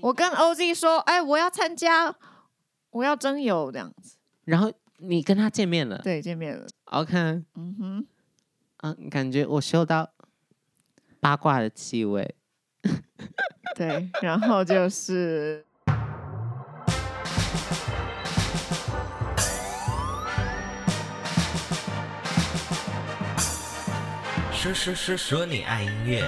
我跟 OZ 说，哎，我要参加，我要征友这样子。然后你跟他见面了对，见面了。 ，OK，嗯哼，嗯、感觉我嗅到八卦的气味。对，然后就是 说说说说你爱音乐，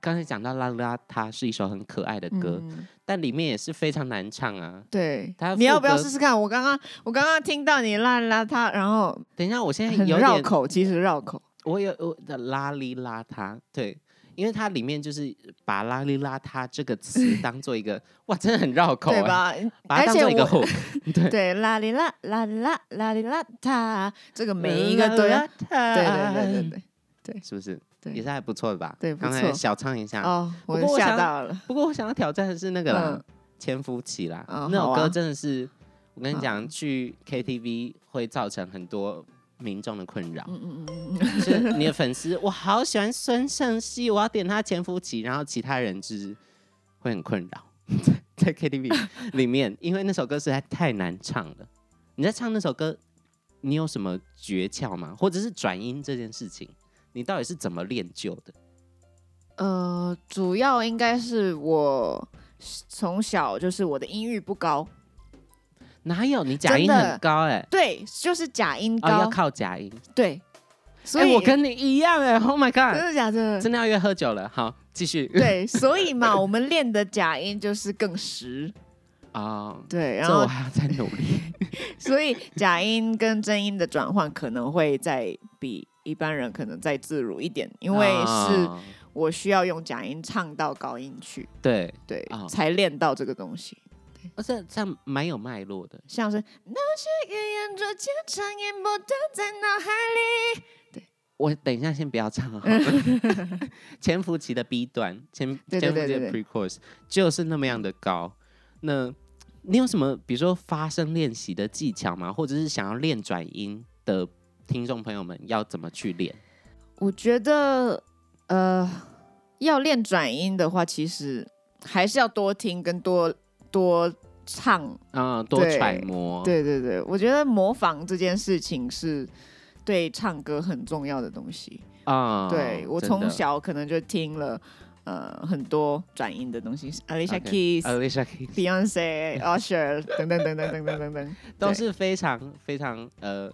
刚才讲到《拉拉》，它是一首很可爱的歌，嗯但里面也是非常难唱啊。对他，你要负不要责试试看？我刚刚我刚刚听到你啦啦他，然后等一下，我现在很有绕点，口，其实绕口。我有我的拉里拉遢，对，因为它里面就是把“拉里拉遢”这个词 当做一个，哇，真的很绕口、欸，对？吧？ 把它而当且做一个我 hook，对，对啦哩啦啦哩啦啦哩啦他，这个每一个都要，拉对对对对遢对是不是？对也是还不错的吧？对不刚才错小唱一下。哦，不我过我吓想到了，不过我想要挑战的是那个啦，嗯潜伏期》啦，哦那好首啊嗯歌真的是，我跟你好讲，去 KTV 会造成很多民众的困扰。嗯嗯嗯嗯 就嗯，是你的粉丝，我好喜欢孙盛熙，我要点他潜伏期，然后其他人就是会很困扰在 KTV 里面，因为那首歌实在太难唱了。你在唱那首歌，你有什么诀窍吗？或者是转音这件事情，你到底是怎么练就的？呃，主要应该是我从小就是我的音域不高，哪有你假真音的很高哎、对，就是假音哦，要高，靠假音。对，所哎、以我跟你一样哎、o h my 真 god，的假的？真的要约喝酒了。好，继续。对，所以嘛，我们练的假音就是更实， 哦，对，然这我后还要再努力。所以假音跟真音的转换可能会再比一般人可能再自如一点， 因为是哦我需要用假音唱到高音去，对，对，哦才练到这个东西。而且这样蛮有脉络的。像是那些语言逐渐长烟波荡在脑海里，我等一下先不要唱好 了 潜伏期的 B 段，潜对对潜伏对期的对 pre course 就是那么样的高。那你有什么，比如说发声练习的技巧吗？或者是想要练转音的听众朋友们要怎么去练？我觉得呃，要练转音的话，其实还是要多听跟多多唱。啊、多对揣摩。对对对，我觉得模仿这件事情是对唱歌很重要的东西。啊、对我真从的小可能就听了呃很多转音的东西，Alicia OK，呃哦 Keys、 Alicia Keys Beyonce、Usher 等等等等等等等等， 都对是非常非常呃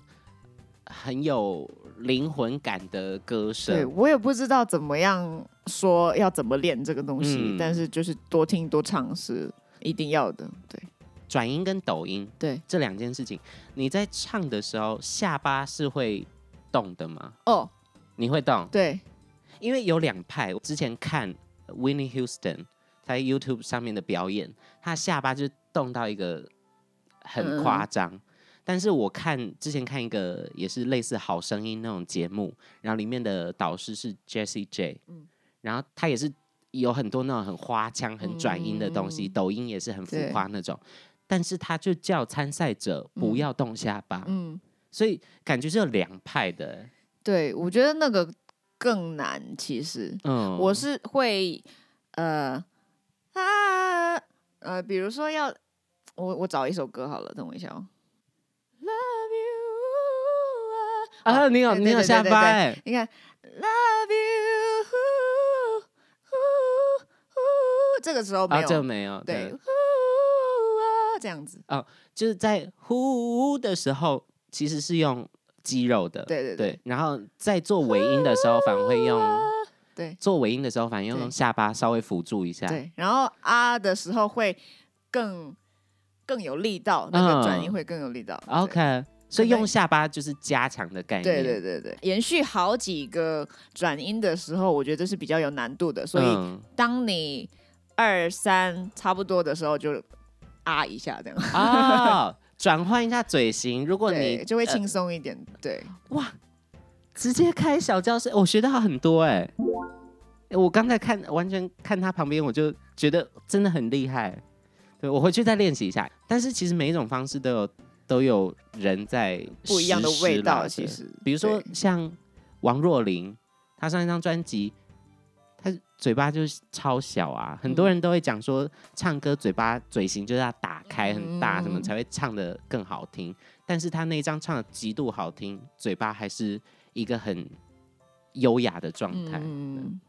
很有灵魂感的歌对声。我也不知道怎么样说要怎么练这个东西，嗯但是就是多听多尝试，一定要的。对转音跟抖音对，这两件事情，你在唱的时候下巴是会动的吗？哦你会动，对，因为有两派。我之前看 Winnie Houston 在 YouTube 上面的表演，他下巴就动到一个嗯很夸张。但是我看之前看一个也是类似《好声音》那种节目，然后里面的导师是 Jessie J，嗯然后他也是有很多那种很花腔、很转音的东西，嗯抖音也是很浮对夸那种。但是他就叫参赛者不嗯要动下巴，嗯，所以感觉是有两派的。对我觉得那个更难，其实嗯，我是会呃啊呃，比如说要我我找一首歌好了，等我一下哦。Love you，啊，你有对你对有对下对巴对哎、你看，Love you，呼呼呼这个时哦候没啊，有，这个没有，对，对呼，啊这样子，就是在呼的时候，其实是用肌肉的，对对对然后在做尾音的时候，反而会用对做尾音的时候，反而用对下巴稍微辅助一下，对，然后啊的时候会更更有力道，那个转音嗯会更有力道。对，OK。所以可能用下巴就是加强的概对念，对对对，延续好几个转音的时候，我觉得这是比较有难度的，所以嗯当你二三差不多的时候就。啊一下这样，啊，转换一下嘴型，如果 对，你就会呃轻松一点。对，哇，直接开小教室，哦我学到很多哎、欸我刚才看完全看他旁边，我就觉得真的很厉害。对我回去再练习一下。但是其实每一种方式都有都有人在不一样的实施味啦道，其对实。比如说对像王若琳，她上一张专辑他嘴巴就是超小啊，很多人都会讲说，唱歌嘴巴嘴型就是要打开很大，什么嗯才会唱的更好听。但是他那一张唱的极度好听，嘴巴还是一个很优雅的状态。嗯，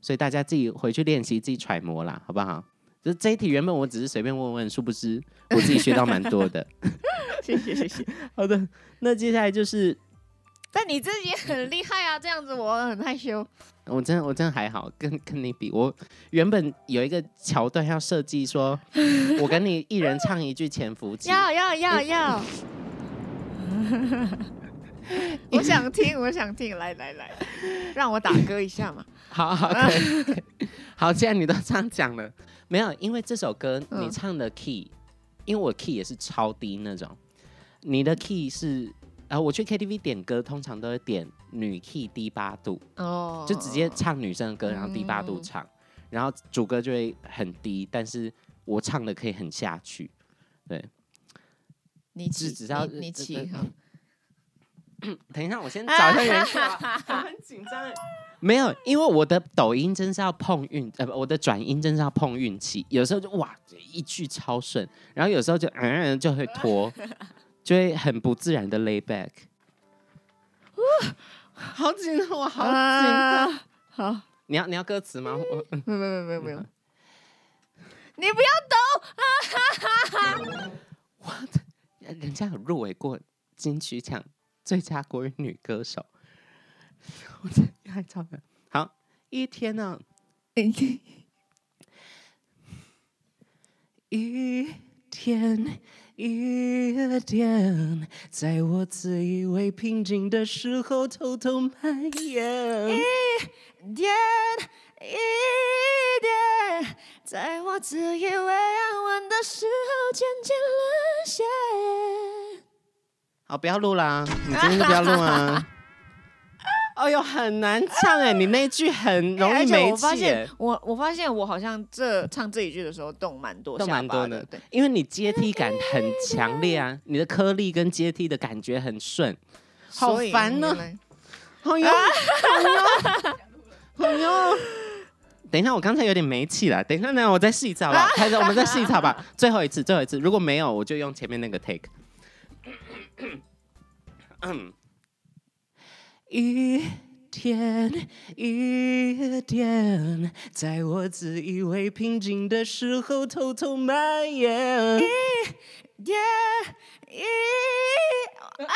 所以大家自己回去练习，自己揣摩啦，好不好？就是这一题原本我只是随便问问，殊不知我自己学到蛮多的。 谢谢谢谢。 好的，那接下来就是但你自己也很厉害啊，这样子我很害 羞。我真的我真的还好，跟跟你比，我原本有一个桥段要设 计说，我跟你一人唱一句潜伏期，要要要 要！我想听，我想听，来来来，让我打歌一下嘛。好好可以，可以好，既然你都这样讲了，没有，因为这首歌嗯你唱的 key，、因为我 key 也是超低那种，你的 key 是，啊、我去 KTV 点歌通常都会点女 key 低八度，哦，就直接唱女生的歌，然后低八度嗯唱，然后主歌就会很低，但是我唱的可以很下去，你起，只只要呃你你这起这哈。等一下，我先找一下原因啊，我很紧张哎。 没有，因为我的抖音真是要碰运，呃，不，我的转音真是要碰运气。有时候就哇，一句超顺，然后有时候就嗯就会拖， 就会很不自然的 lay back。好紧张，我好紧张。 啊好，你要你要歌词吗？我嗯没有没有没有没有， 你不要人家有入围过金曲奖最佳国语女歌手， 我真的太超了。好，一天呢、一天一点，在我自以为平静的时候偷偷蔓延。点一点，在我自以为安稳的时候，渐渐沦陷。好，不要录啦，你今天就不要录啊。 哎呦，很难唱哎，你那一句很容而易且没我发气现哎，，我我发现我好像这唱这一句的时候动蛮多都下蛮巴多的的，对，因为你阶梯感很强烈啊，你的颗粒跟阶梯的感觉很顺。好所以烦哦呢原来好 哟，好哟，好哟。等一下，我刚才有点没气了。等一下，呢，我再试一次好不好？开始，我们再试一次好不好？最后一次，最后一次。如果没有，我就用前面那个 take。一天一点，在我自以为平静的时候偷偷蔓延。耶一啊！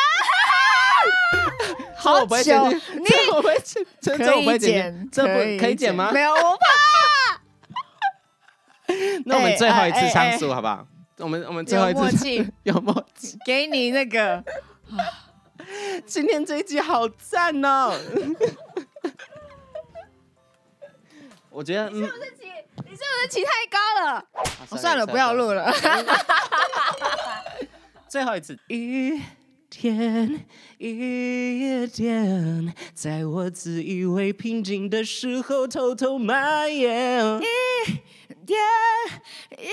这好我不会久剪进，你这我不会剪，这这我可不会以剪进剪，这不可以剪吗没？有，我怕 那我们最后哎一次哎上诉好不好？我们我们最后有一默次契 有默契。给你那个。今天这一集好赞哦！我觉得，嗯，对不起，你是不是起太高了？算了，不要录哦了。 了。最后一次，一天一天，在我自以为平静的时候偷偷蔓延。点一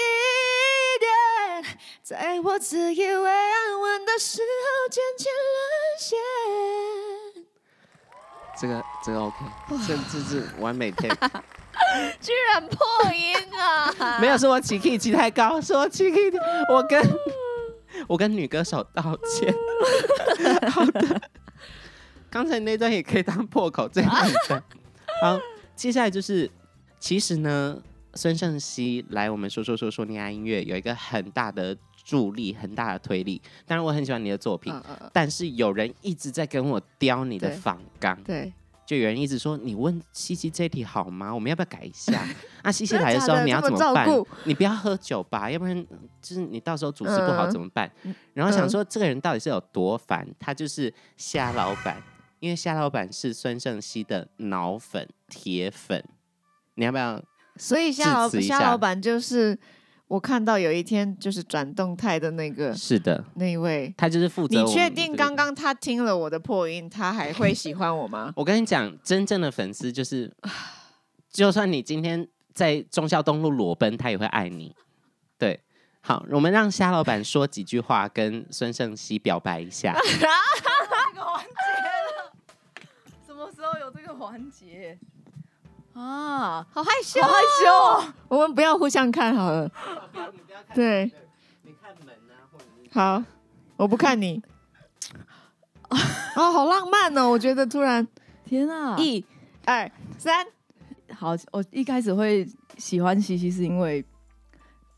点，在我自以为安稳的时候，渐渐沦陷。这个这个 OK，这这是完美 take。居然破音啊！没有，是我起 key 起太高，是我起 key，我跟 我跟女歌手道歉。 好的，刚才那段也可以当破口，这段也 算。好，接下来就是，其实呢，孙盛熙来我们说说说说你爱音乐有一个很大的助力，很大的推力。当然，我很喜欢你的作品，嗯嗯嗯但是有人一直在跟我雕你的对仿纲。对，就有人一直说你问西西这题好吗？我们要不要改一下？ 啊，西西真的来的时假候的你要这怎么么办照顾？你不要喝酒吧，要不然呃就是你到时候主持不好嗯怎么办？然后想说这个人到底是有多烦？他就是虾老板，因为虾老板是孙盛熙的脑粉铁粉。你要不要？所以夏老致辞一夏下老板就是我看到有一天就是转动态的那个是的，那一位。他就是负嗯责你我们确这定个？刚刚他听了我的破音，他还会喜欢我吗我跟你讲，真正的粉丝就是，就算你今天在忠孝东路裸奔，他也会爱你。对，好，我们让虾老板说几句话，跟孙盛熙表白一下。 这个环节了，什么时候有这个环节？啊， 好害羞好害羞哦，我们不要互相看好了。对，你看门啊，或者是好，我不看 你。啊、好浪漫哦！我觉得突然天啊哪！一、二、三，好，我一开始会喜欢西西，是因为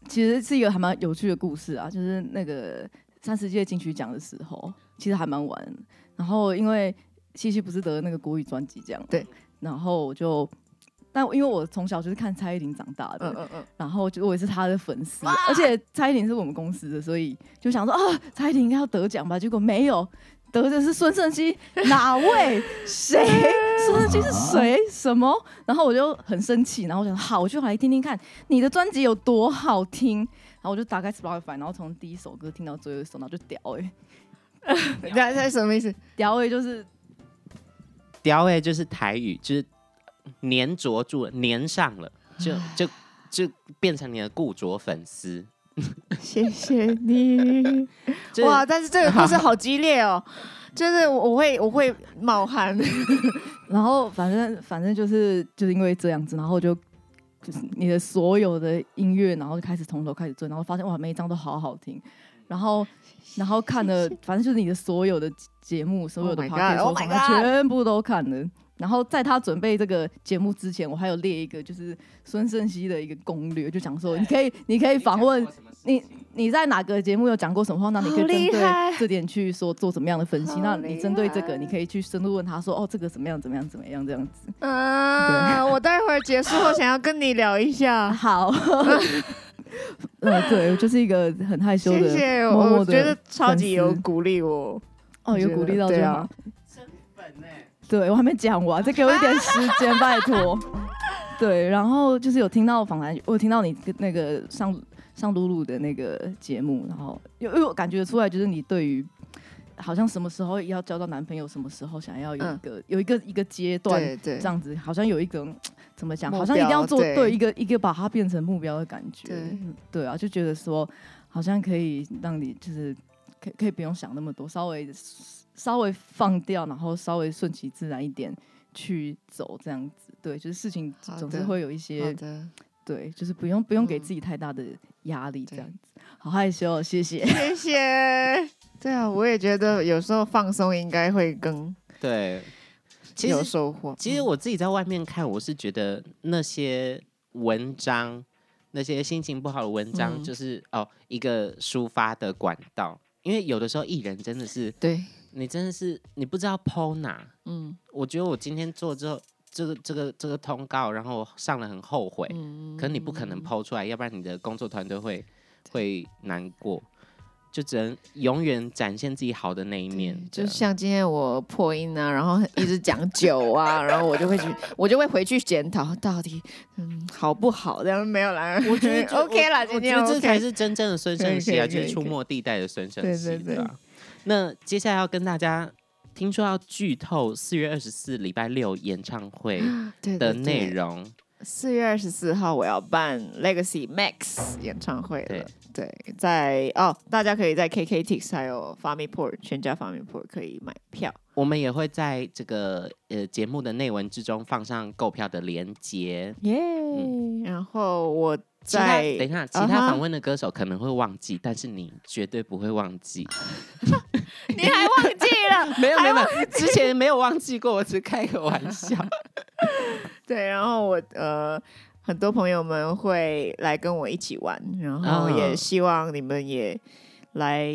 其实是一个还蛮有趣的故事啊，就是那个三十届金曲奖的时候，其实还蛮晚。然后因为西西不是得那个国语专辑奖，对，然后我就。但因为我从小就是看蔡依林长大的，呃嗯嗯嗯，然后就我也是她的粉丝，而且蔡依林是我们公司的，所以就想说啊，蔡依林应该要得奖吧，结果没有，得的是孙胜熙，哪位？谁？孙胜熙是谁？什么？然后我就很生气，然后我想好，我就来听听看你的专辑有多好听，然后我就打开 Spotify，然后从第一首歌听到最后一首，然后就屌哎、欸，等一下这是什么意思？屌哎、欸、就是雕哎，就是台语，就是粘着住了，粘上了，就就就变成你的固着粉丝。谢谢你， 就是哇！但是这个故事好激烈 哦，就是我我会我会冒汗。然后反正反正就是就是因为这样子，然后就就是你的所有的音乐，然后就开始从头开始做，然后发现哇，每一张都好好听，然后然后看了，反正就是你的所有的节目，所有的 Oh my god, 节 oh 目 my，god 全部都看了。然后在他准备这个节目之前，我还有列一个就是孙胜熙的一个攻略，就讲说你可以你可以访问你你在哪个节目有讲过什么话，那你可以好针厉害对这点去说做怎么样的分析。那好厉你针对这害个，你可以去深入问他说哦，这个怎么样怎么样怎么样这样子。嗯、我待会儿结束后想要跟你聊一 啊下。好， 呃，对，我就是一个很害羞谢的，谢，默默我地觉得超级有粉丝鼓励我。哦，有鼓励到对这啊样，对我还没讲完，再给我一点时间，拜托。对，然后就是有听到访谈，我有听到你跟那个上上露露的那个节目，然后因为我感觉出来，就是你对于好像什么时候要交到男朋友，什么时候想要有一嗯个、有一个一个阶段对对这样子，好像有一种怎么讲，目好像一定要标做对对一个一个把它变成目标的感觉。对嗯对啊，就觉得说好像可以让你就是可以可以不用想那么多，稍微稍微放掉，然后稍微顺其自然一点去走这样子。对，就是事情好总是的会有一好些的，对，就是不用不用给嗯自己太大的压力这对样子。好害羞、哦，谢谢。谢谢。对啊，我也觉得有时候放松应该会更对，其有实收获。嗯其实我自己在外面看，我是觉得那些文章，那些心情不好的文章，嗯就是、哦一个抒发的管道。因为有的时候艺人真的是，对，你真的是你不知道剖哪。嗯我觉得我今天做之后，这个这个这个通告，然后上了很后悔，嗯可你不可能剖出来，要不然你的工作团队会会难过。就只能永远展现自己好的那一面这就样，像今天我破音啊，然后一直讲酒 啊，然后我就会去，我就会回去检讨到底嗯好不好，这样没有啦。我觉 得 OK 啦，我我今觉天得这才 OK。是真正的孙胜熙啊，可以可以就是可以出没地带的孙胜熙，对对对吧、那接下来要跟大家听说要剧透四月二十四礼拜六演唱会对的啊对内对，容，四月二十四号我要办 Legacy Max 演唱会了。对，在哦，大家可以在 KK Tix 还有 Famiport 全家 Famiport 可以买票。我们也会在这个呃节目的内文之中放上购票的链接。耶、然后我其他在等一下，其啊哈他访问的歌手可能会忘记但是你绝对不会忘 记。你还忘记了？没有没有没有，之前没有忘记过，我只开个玩 笑。 对，然后我呃，很多朋友们会来跟我一起玩，然后嗯也希望你们也来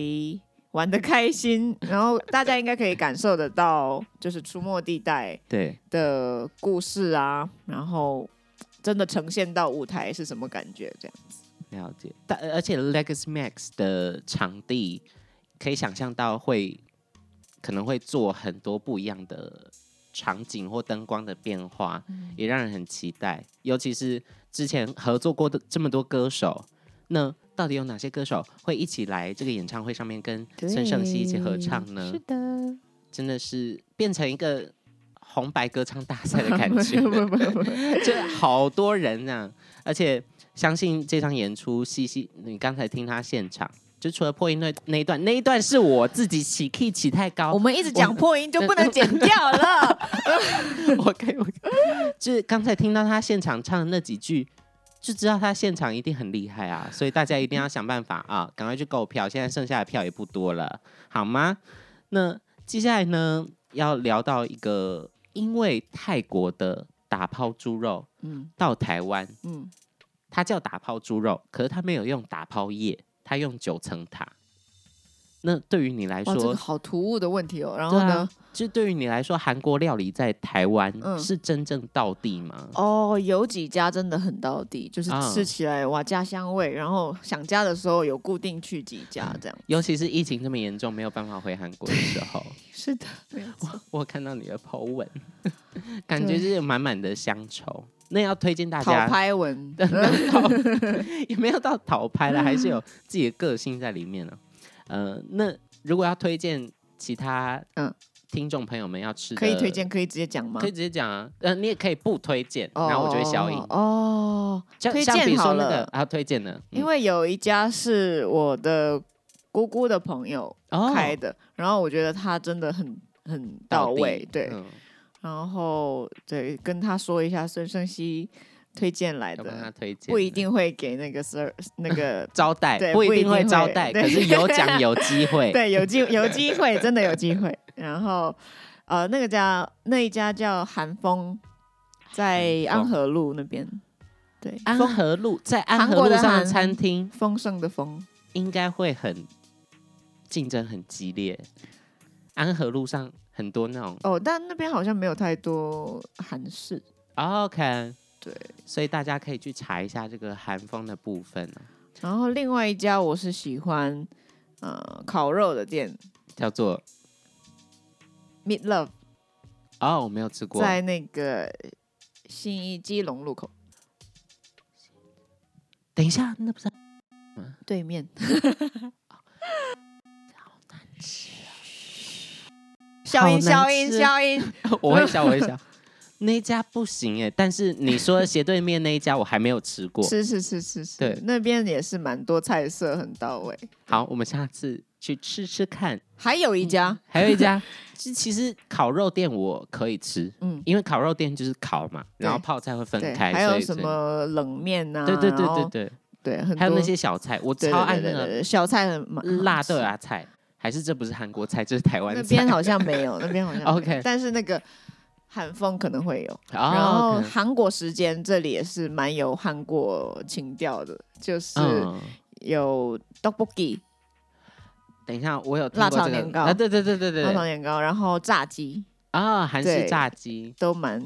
玩的开心，然后大家应该可以感受得到，就是出没地带对，的故事啊，然后真的呈现到舞台是什么感觉？这样了解，但呃而且 Legacy Max 的场地可以想象到会可能会做很多不一样的场景或灯光的变化，也让人很期待。尤其是之前合作过的这么多歌手，那到底有哪些歌手会一起来这个演唱会上面跟孙盛熙一起合唱呢？的，真的是变成一个红白歌唱大赛的感觉。不不不不，就好多人这样，而且相信这场演出，西西，你刚才听他现场，就除了破音那那一段，那一段是我自己起 key 起太高，我们一直讲破音就不能剪掉了， 我可以，我可以，就是刚才听到他现场唱的那几句，就知道他现场一定很厉害啊，所以大家一定要想办法 啊，赶快去购票，现在剩下的票也不多了，好吗？那接下来呢，要聊到一个，因为泰国的打抛猪肉嗯到台湾， 嗯，它叫打抛猪肉，可是它没有用打抛叶，它用九层塔。那对于你来哇，这说个，好突兀的问题哦。然对后啊呢？就对于你来说，韩国料理在台湾嗯是真正到地吗？哦，有几家真的很到底，就是啊吃起来哇家乡味，然后想家的时候有固定去几家这样。尤其是疫情这么严重，没有办法回韩国的时候，是 的，没有错我看到你的 po 文， 感觉是满满的乡愁。那要推荐大讨家，拍文， 也没有到讨拍了，还是有自己的个性在里面呢、呃，那如果要推荐其他嗯听众朋友们要吃的，可以推荐，，可以直接讲吗可以？直接讲啊。呃，你也可以不推荐，哦然后我就会消音。哦，像推像比荐如说好那个了，啊，推荐的，嗯因为有一家是我的姑姑的朋友哦开的，然后我觉得他真的很很到地位，对，嗯然后对跟他说一下孙胜熙推荐来要帮他的，推荐，哎不一定会给那个 sir 那个招待，对不一不一定定会会招待，对 可是有奖有机会。对，有机有机会，真的有机会。然后呃，那个家那一家叫韩风，在韩风安和路那边，对，安丰和路在安韩和国路的上的韩餐厅丰盛的丰，应该会很竞争很激烈。安和路上很多那种哦，但那边好像没有太多韩式， OK，对。所以大家可以去查一下这个韩风的部分啊，然后另外一家我是喜欢呃烤肉的店叫做 Meat Love，哦，我没有吃过，在那个信义基隆路口等一下， 那不是对面。 好消音，啊难消音，吃消音。我会想，我会想，那一家不行哎，但是你说斜对面那一家我还没有吃过，是是是是是，对那边也是蛮多菜色很到位。好，我们下次去吃吃看。还有一家，还有 一家，其其实烤肉店我可以吃，嗯，因为烤肉店就是烤嘛，对然后泡菜会分对，开，还所有以什是？么冷面呐、啊？对对然后对对对，很对，还有多那些小菜，我对超爱那对对对个对小菜很蛮好辣啊吃豆芽菜，还是这不是韩国菜，这是台湾菜。那边 好像没有，那边好像没有 OK 但是那个韩风可能会有。哦然后 OK 韩国时间这里也是蛮有韩国情调的，就是嗯，有 tteokbokki 等一下，我有听辣过炒这个年糕啊，对对对对麻糖对，年糕，然后炸鸡啊，韩式对炸鸡，都蛮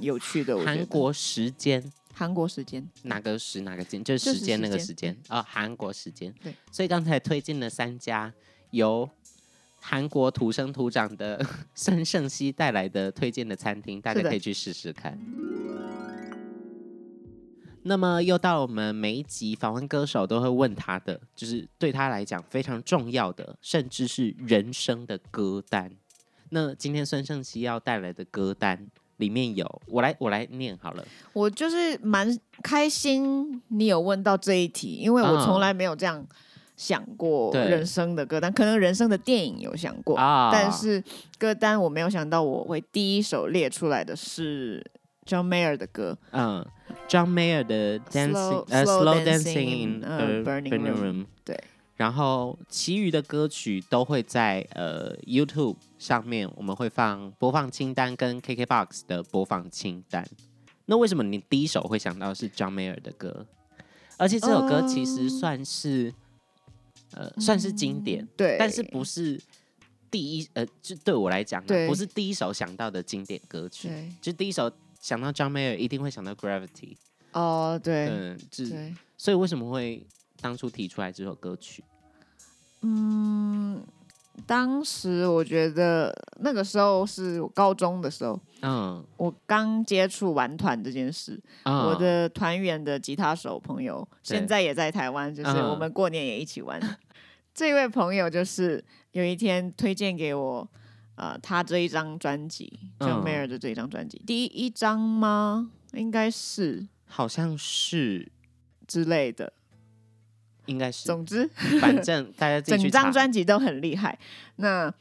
有趣的。我觉韩得国时间。韩国时间哪个时哪个间，就是就时是间时那个间嗯时间啊，韩国时间。对，所以刚才推荐了三家由韩国土生土长的 孙胜熙带来的推荐的餐厅，大家是的可以去试试看。那么又到了我们每一集访问歌手都会问他的，就是对他来讲非常重要的，甚至是人生的歌单。那今天孙胜熙要带来的歌单里面有，我来我来念好了。我就是蛮开心你有问到这一题，因为我嗯从来没有这样想过对人生的歌单，可能人生的电影有想过，啊但是歌单我没有想到我会第一首列出来的是 John Mayer 的歌，嗯，John Mayer 的 Dancing Slow- 呃 Slow Slow Dancing Dancing in in, the uh, Burning Burning Room Room，对。然后其余的歌曲都会在呃 YouTube 上面，我们会放播放清单跟 KKBox 的播放清单。那为什么你第一首会想到是 John Mayer 的歌？而且这首歌其实算是、呃算是经典，嗯对，但是不是第一呃，就对我来讲啊、对不是第一首想到的经典歌曲。对就第一首想到 John Mayer，一定会想到 Gravity。哦，对嗯，就是对，所以为什么会当初提出来这首歌曲？嗯，当时我觉得那个时候是我高中的时候，嗯，我刚接触玩团这件事，嗯我的团员的吉他手朋友对现在也在台湾，就是嗯我们过年也一起玩。 这位朋友就是有一天推荐给我，呃，他这一张专辑嗯，John Mayer 的这一张专辑，第一张吗？应该是好像是之类的。应该是，总之，反正大家自己整去查张专辑都很厉害。那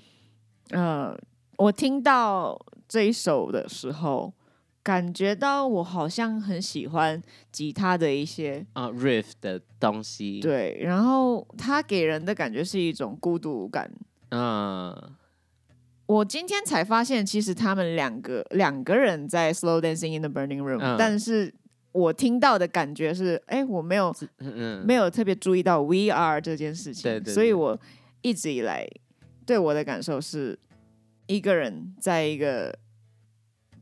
呃，我听到这一首的时候，感觉到我好像很喜欢吉他的一些啊 riff 的东西，，对，然后它给人的感觉是一种孤独感。嗯，我今天才发现，其实他们两个两个人在 slow dancing in the burning room，、嗯但是我听到的感觉是，哎，我没有嗯没有，有特别注意到 we are 这件事情，对对对所以我一直以来对我的感受是，一个人在一个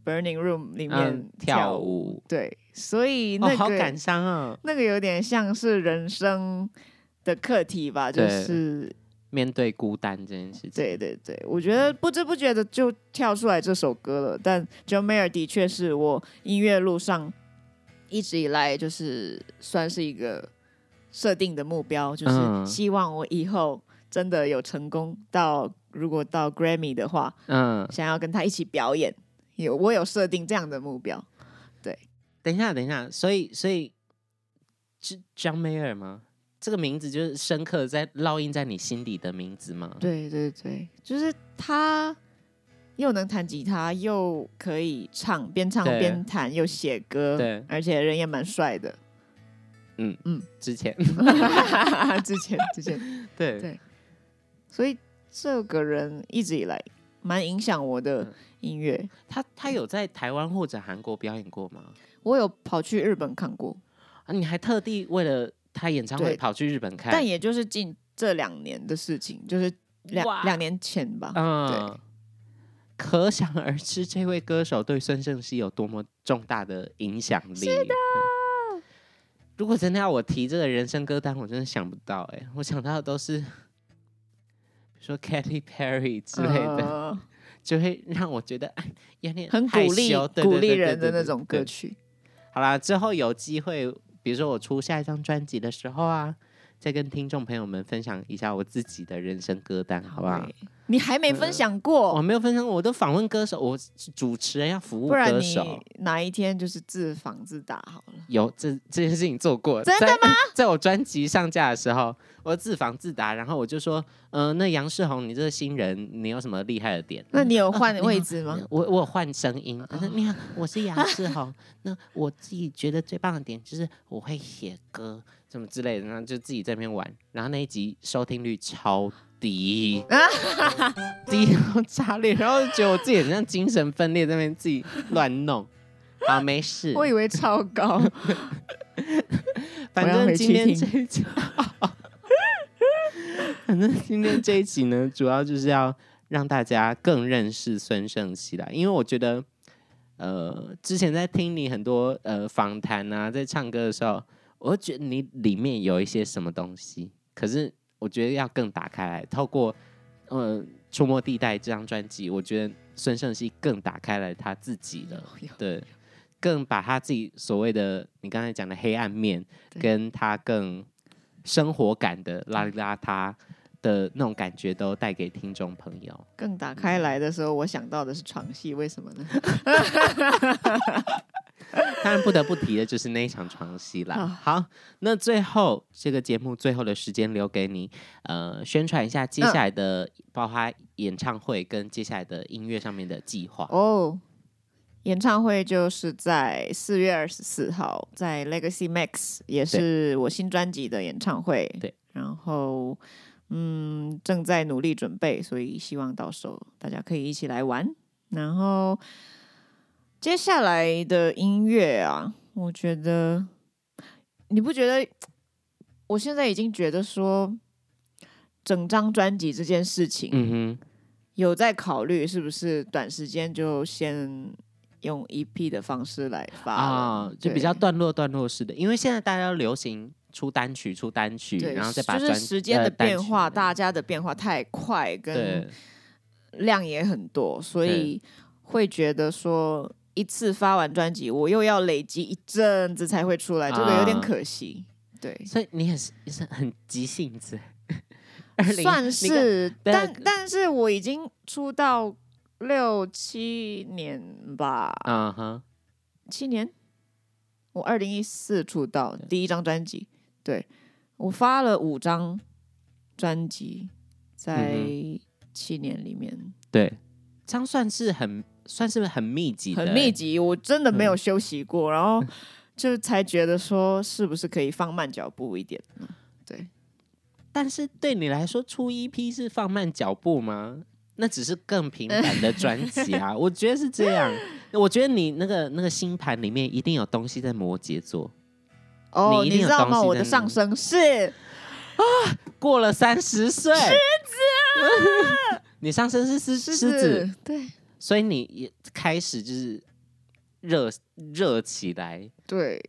burning room 里面嗯，跳，舞，对，所以哦，那好个、感伤啊，那个有点像是人生的课题吧，就对是面对孤单这件事情，对对对，我觉得不知不觉的就跳出来这首歌了。但 j o m a y e r 的确是我音乐路上一直以来就是算是一个设定的目标，就是嗯希望我以后真的有成功到，如果到 Grammy 的话，嗯，想要跟他一起表演。有我有设定这样的目标，等一下，等一下，所以所以是 John Mayer 吗？这个名字就是深刻地在烙印在你心底的名字吗？对对对，就是他又能弹吉他，又可以唱，边唱对边弹，又写歌，对而且人也蛮帅的。之前之前之前，对对所以这个人一直以来蛮影响我的嗯音乐。他他有在台湾或者韩国表演过吗？我有跑去日本看过，啊，你还特地为了他演唱对会跑去日本看？但也就是近这两年的事情，就是两哇两年前吧。嗯，可想而知，这位歌手对孙盛熙有多么重大的影响力。是的。如果真的要我提这个人生歌单，我真的想不到哎、我想到的都是，比如说 Katy Perry 之类的，呃就会让我觉得哎有点很害鼓励羞对对鼓对励对人的对对那种对歌曲。好啦，之后有机会，比如说我出下一张专辑的时候啊，再跟听众朋友们分享一下我自己的人生歌单，好不好？对你还没分享我过，没有分享，我都访问歌手，我是主持人要服务不然歌你手。哪一天就是自仿自打好了。有这这件事情做过，真的吗？ 在我专辑上架的时候，我自访自答，然后我就说，嗯、那杨世宏，你这个新人，你有什么厉害的点？那你有换哦你好位置吗？我我有换声音，我说你好，我是杨世宏。那我自己觉得最棒的点就是我会写歌，什么之类的，然后就自己在那边玩。然后那一集收听率超低，低到炸裂，然后就觉得我自己很像精神分裂，在那边自己乱弄。好，没事，我以为超 高，反我要回去正今天听这一集，反正今天这一集呢，主要就是要让大家更认识孙盛熙啦，因为我觉得，呃，之前在听你很多呃访谈啊，在唱歌的时候，我会觉得你里面有一些什么东西，可是我觉得要更打开来，透过呃《触摸地带》这张专辑，我觉得孙盛熙更打开来他自己了。对，更把他自己所谓的你刚才讲的黑暗面，对跟他更生活感的邋里邋遢的那种感觉都带给听众朋友。更打开来的时候，我想到的是床戏，为什么呢？当然不得不提的就是那一场床戏啦。好，那最后这个节目最后的时间留给你，呃，宣传一下接下来的包括演唱会跟接下来的音乐上面的计划。哦，演唱会就是在四月二十四号，在 Legacy Max，也是我新专辑的演唱会。对，然后嗯，正在努力准备，所以希望到时候大家可以一起来玩。然后接下来的音乐啊，我觉得你不觉得？我现在已经觉得说，整张专辑这件事情，嗯哼，有在考虑是不是短时间就先用 EP 的方式来发啊、了就比较对段落段落式的，因为现在大家都流行出单曲出单曲，对，然后再把就是专时间的呃单变曲化，大家的变化太快，跟对量也很多，所以会觉得说一次发完专辑，我又要累积一阵子才会出来，这个有点啊可惜。 对，所以你也是也是很急 性子，20算你跟是，但但是我已经出道六七年吧，嗯哼，七年，我二零一四出道，第一张专辑，对，我发了五张专辑，在嗯七年里面对，这样算是很算是很密集的欸，很密集，我真的没有嗯休息过，然 后就才觉得说是不是可以放慢脚步一点呢？对，但是对你来说，出 EP 是放慢脚步吗？那只是更平凡的专辑 啊，我觉得是这样。我觉得你那个那个星盘里面一定有东西在摩羯座，哦，你一你定知有道东吗？西我在的那上里升是过了三十岁，狮子，啊 你上身是狮狮子，，对所以你也开始就是热热起来。对，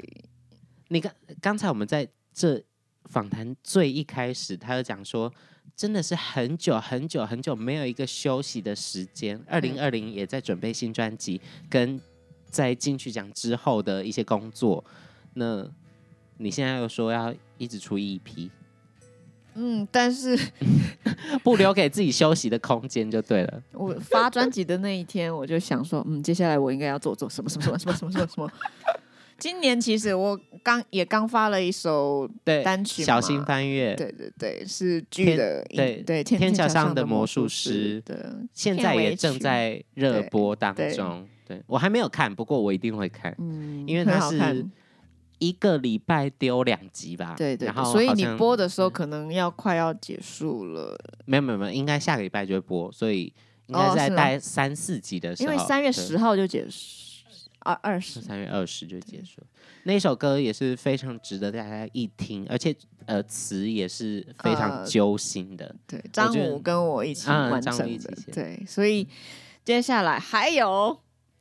你刚刚才我们在这访谈最一开始，他就讲说，真的是很久很久很久没有一个休息的时间。二嗯零二零也在准备新专辑，跟在金曲奖之后的一些工作。那你现在又说要一直出 E EP，嗯，但是不留给自己休息的空间就对了。我发专辑的那一天，我就想说，嗯，接下来我应该要做做什么什么什么什么什么什么什么。今年其实我刚也刚发了一首，对，单曲小嘛心翻阅。对对对，是剧天的音对对天桥桥上上的魔魔术师师的，现片在也尾正曲在热对播当对中，对我还没有看，不过我一定会看。嗯，因 为很它好是看一个礼拜丢两集吧，对对啊然对，后所以好你像嗯播的时候可能要快要结束了，没有没有没有，应该下个礼拜就会播，所以应该哦是在是吗大概三四集的时因候，为三月对十号就结束，二二十，三月二十就结束了。那首歌也是非常值得大家一听，而且呃词也是非常呃揪心的。对，张觉得武跟我一起嗯完张武成一的起写，嗯对，所以接下来还有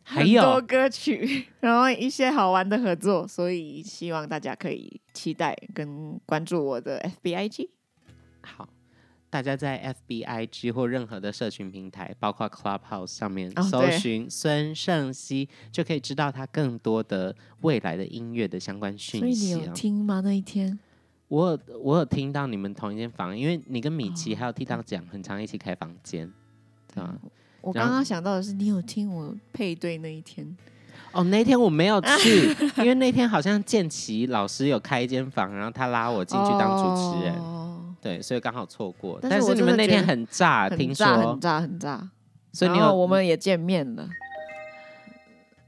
还很多有歌曲， 然后一些好玩的合作，所以希望大家可以期待跟关注我的 FBIG。好，大家在 FBIG 或任何的社群平台，包括 Clubhouse 上面哦搜对寻孙盛熙，就可以知道他更多的未来的音乐的相关所讯以你息、有哦。听吗？那一天我有我有听到你们同一间房，因为你跟哦米奇还有 T 档讲，很常一起开房间。对啊，我然刚后刚想到的是，你有听我配对那一天？哦，那天 我没有去，因为那天好像建奇老师有开一间房，然后他拉我进去当主持人，哦、对，所以刚好错过。但但是我你真们的那觉天得很炸，很啊听炸，很说，炸，很炸。所以你然后有我们也见面了。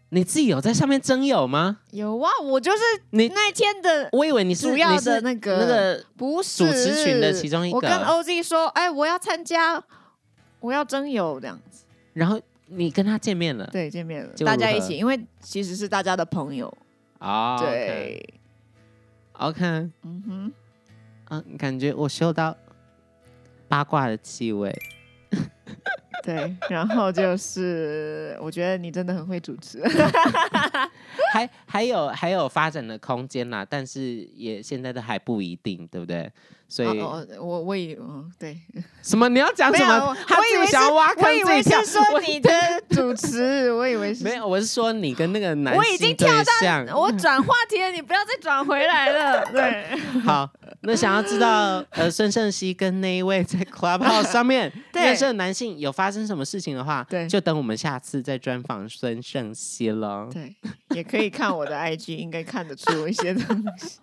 你自己有在上面征友吗？有啊，我就是你那天的我以为你是主要你是的那个那个不是主持群的其中一个我跟 OZ 说，哎，我要参加，我要征友这样子。然后你跟他见面了，对，见面了，结果大啊如家一何起，因为其实是大家的朋友。啊，对， ，OK，嗯、嗯哼，感觉我嗅到八卦的气 味，对。然后就是，我觉得你真的很会主持。还还有还有发展的空间啦，但是也现在都还不一定，对不对？所 以、哦哦，我我以嗯对，什么你要讲没什有么我？他我以自为己想要是挖坑我以自己为跳是，说我你的主 持，我以为是没有，我是说你跟那个男我已性经跳对到象我转话题了，你不要再转回来 了。对， 好，那想要知道呃孙盛熙跟那一位在 Clubhouse 上面对认识的男性有发生什么事情的话，对就等我们下次再专访孙盛熙喽。对，也可以看我的 IG，应该看得出一些东 西。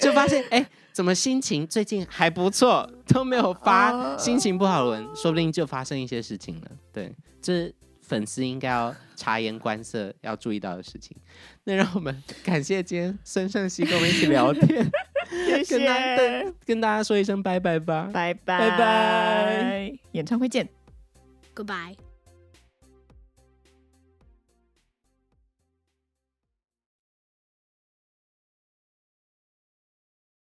就发现哎、怎么心情最近还不错，都没有发哦心情不好的文，说不定就发生一些事情了。对，这粉丝应该要察言观色，要注意到的事情。那让我们感谢今天孙盛熙跟我们一起聊天， 谢跟大谢跟，跟大家说一声拜拜吧，拜拜拜拜，演唱会见。 Goodbye.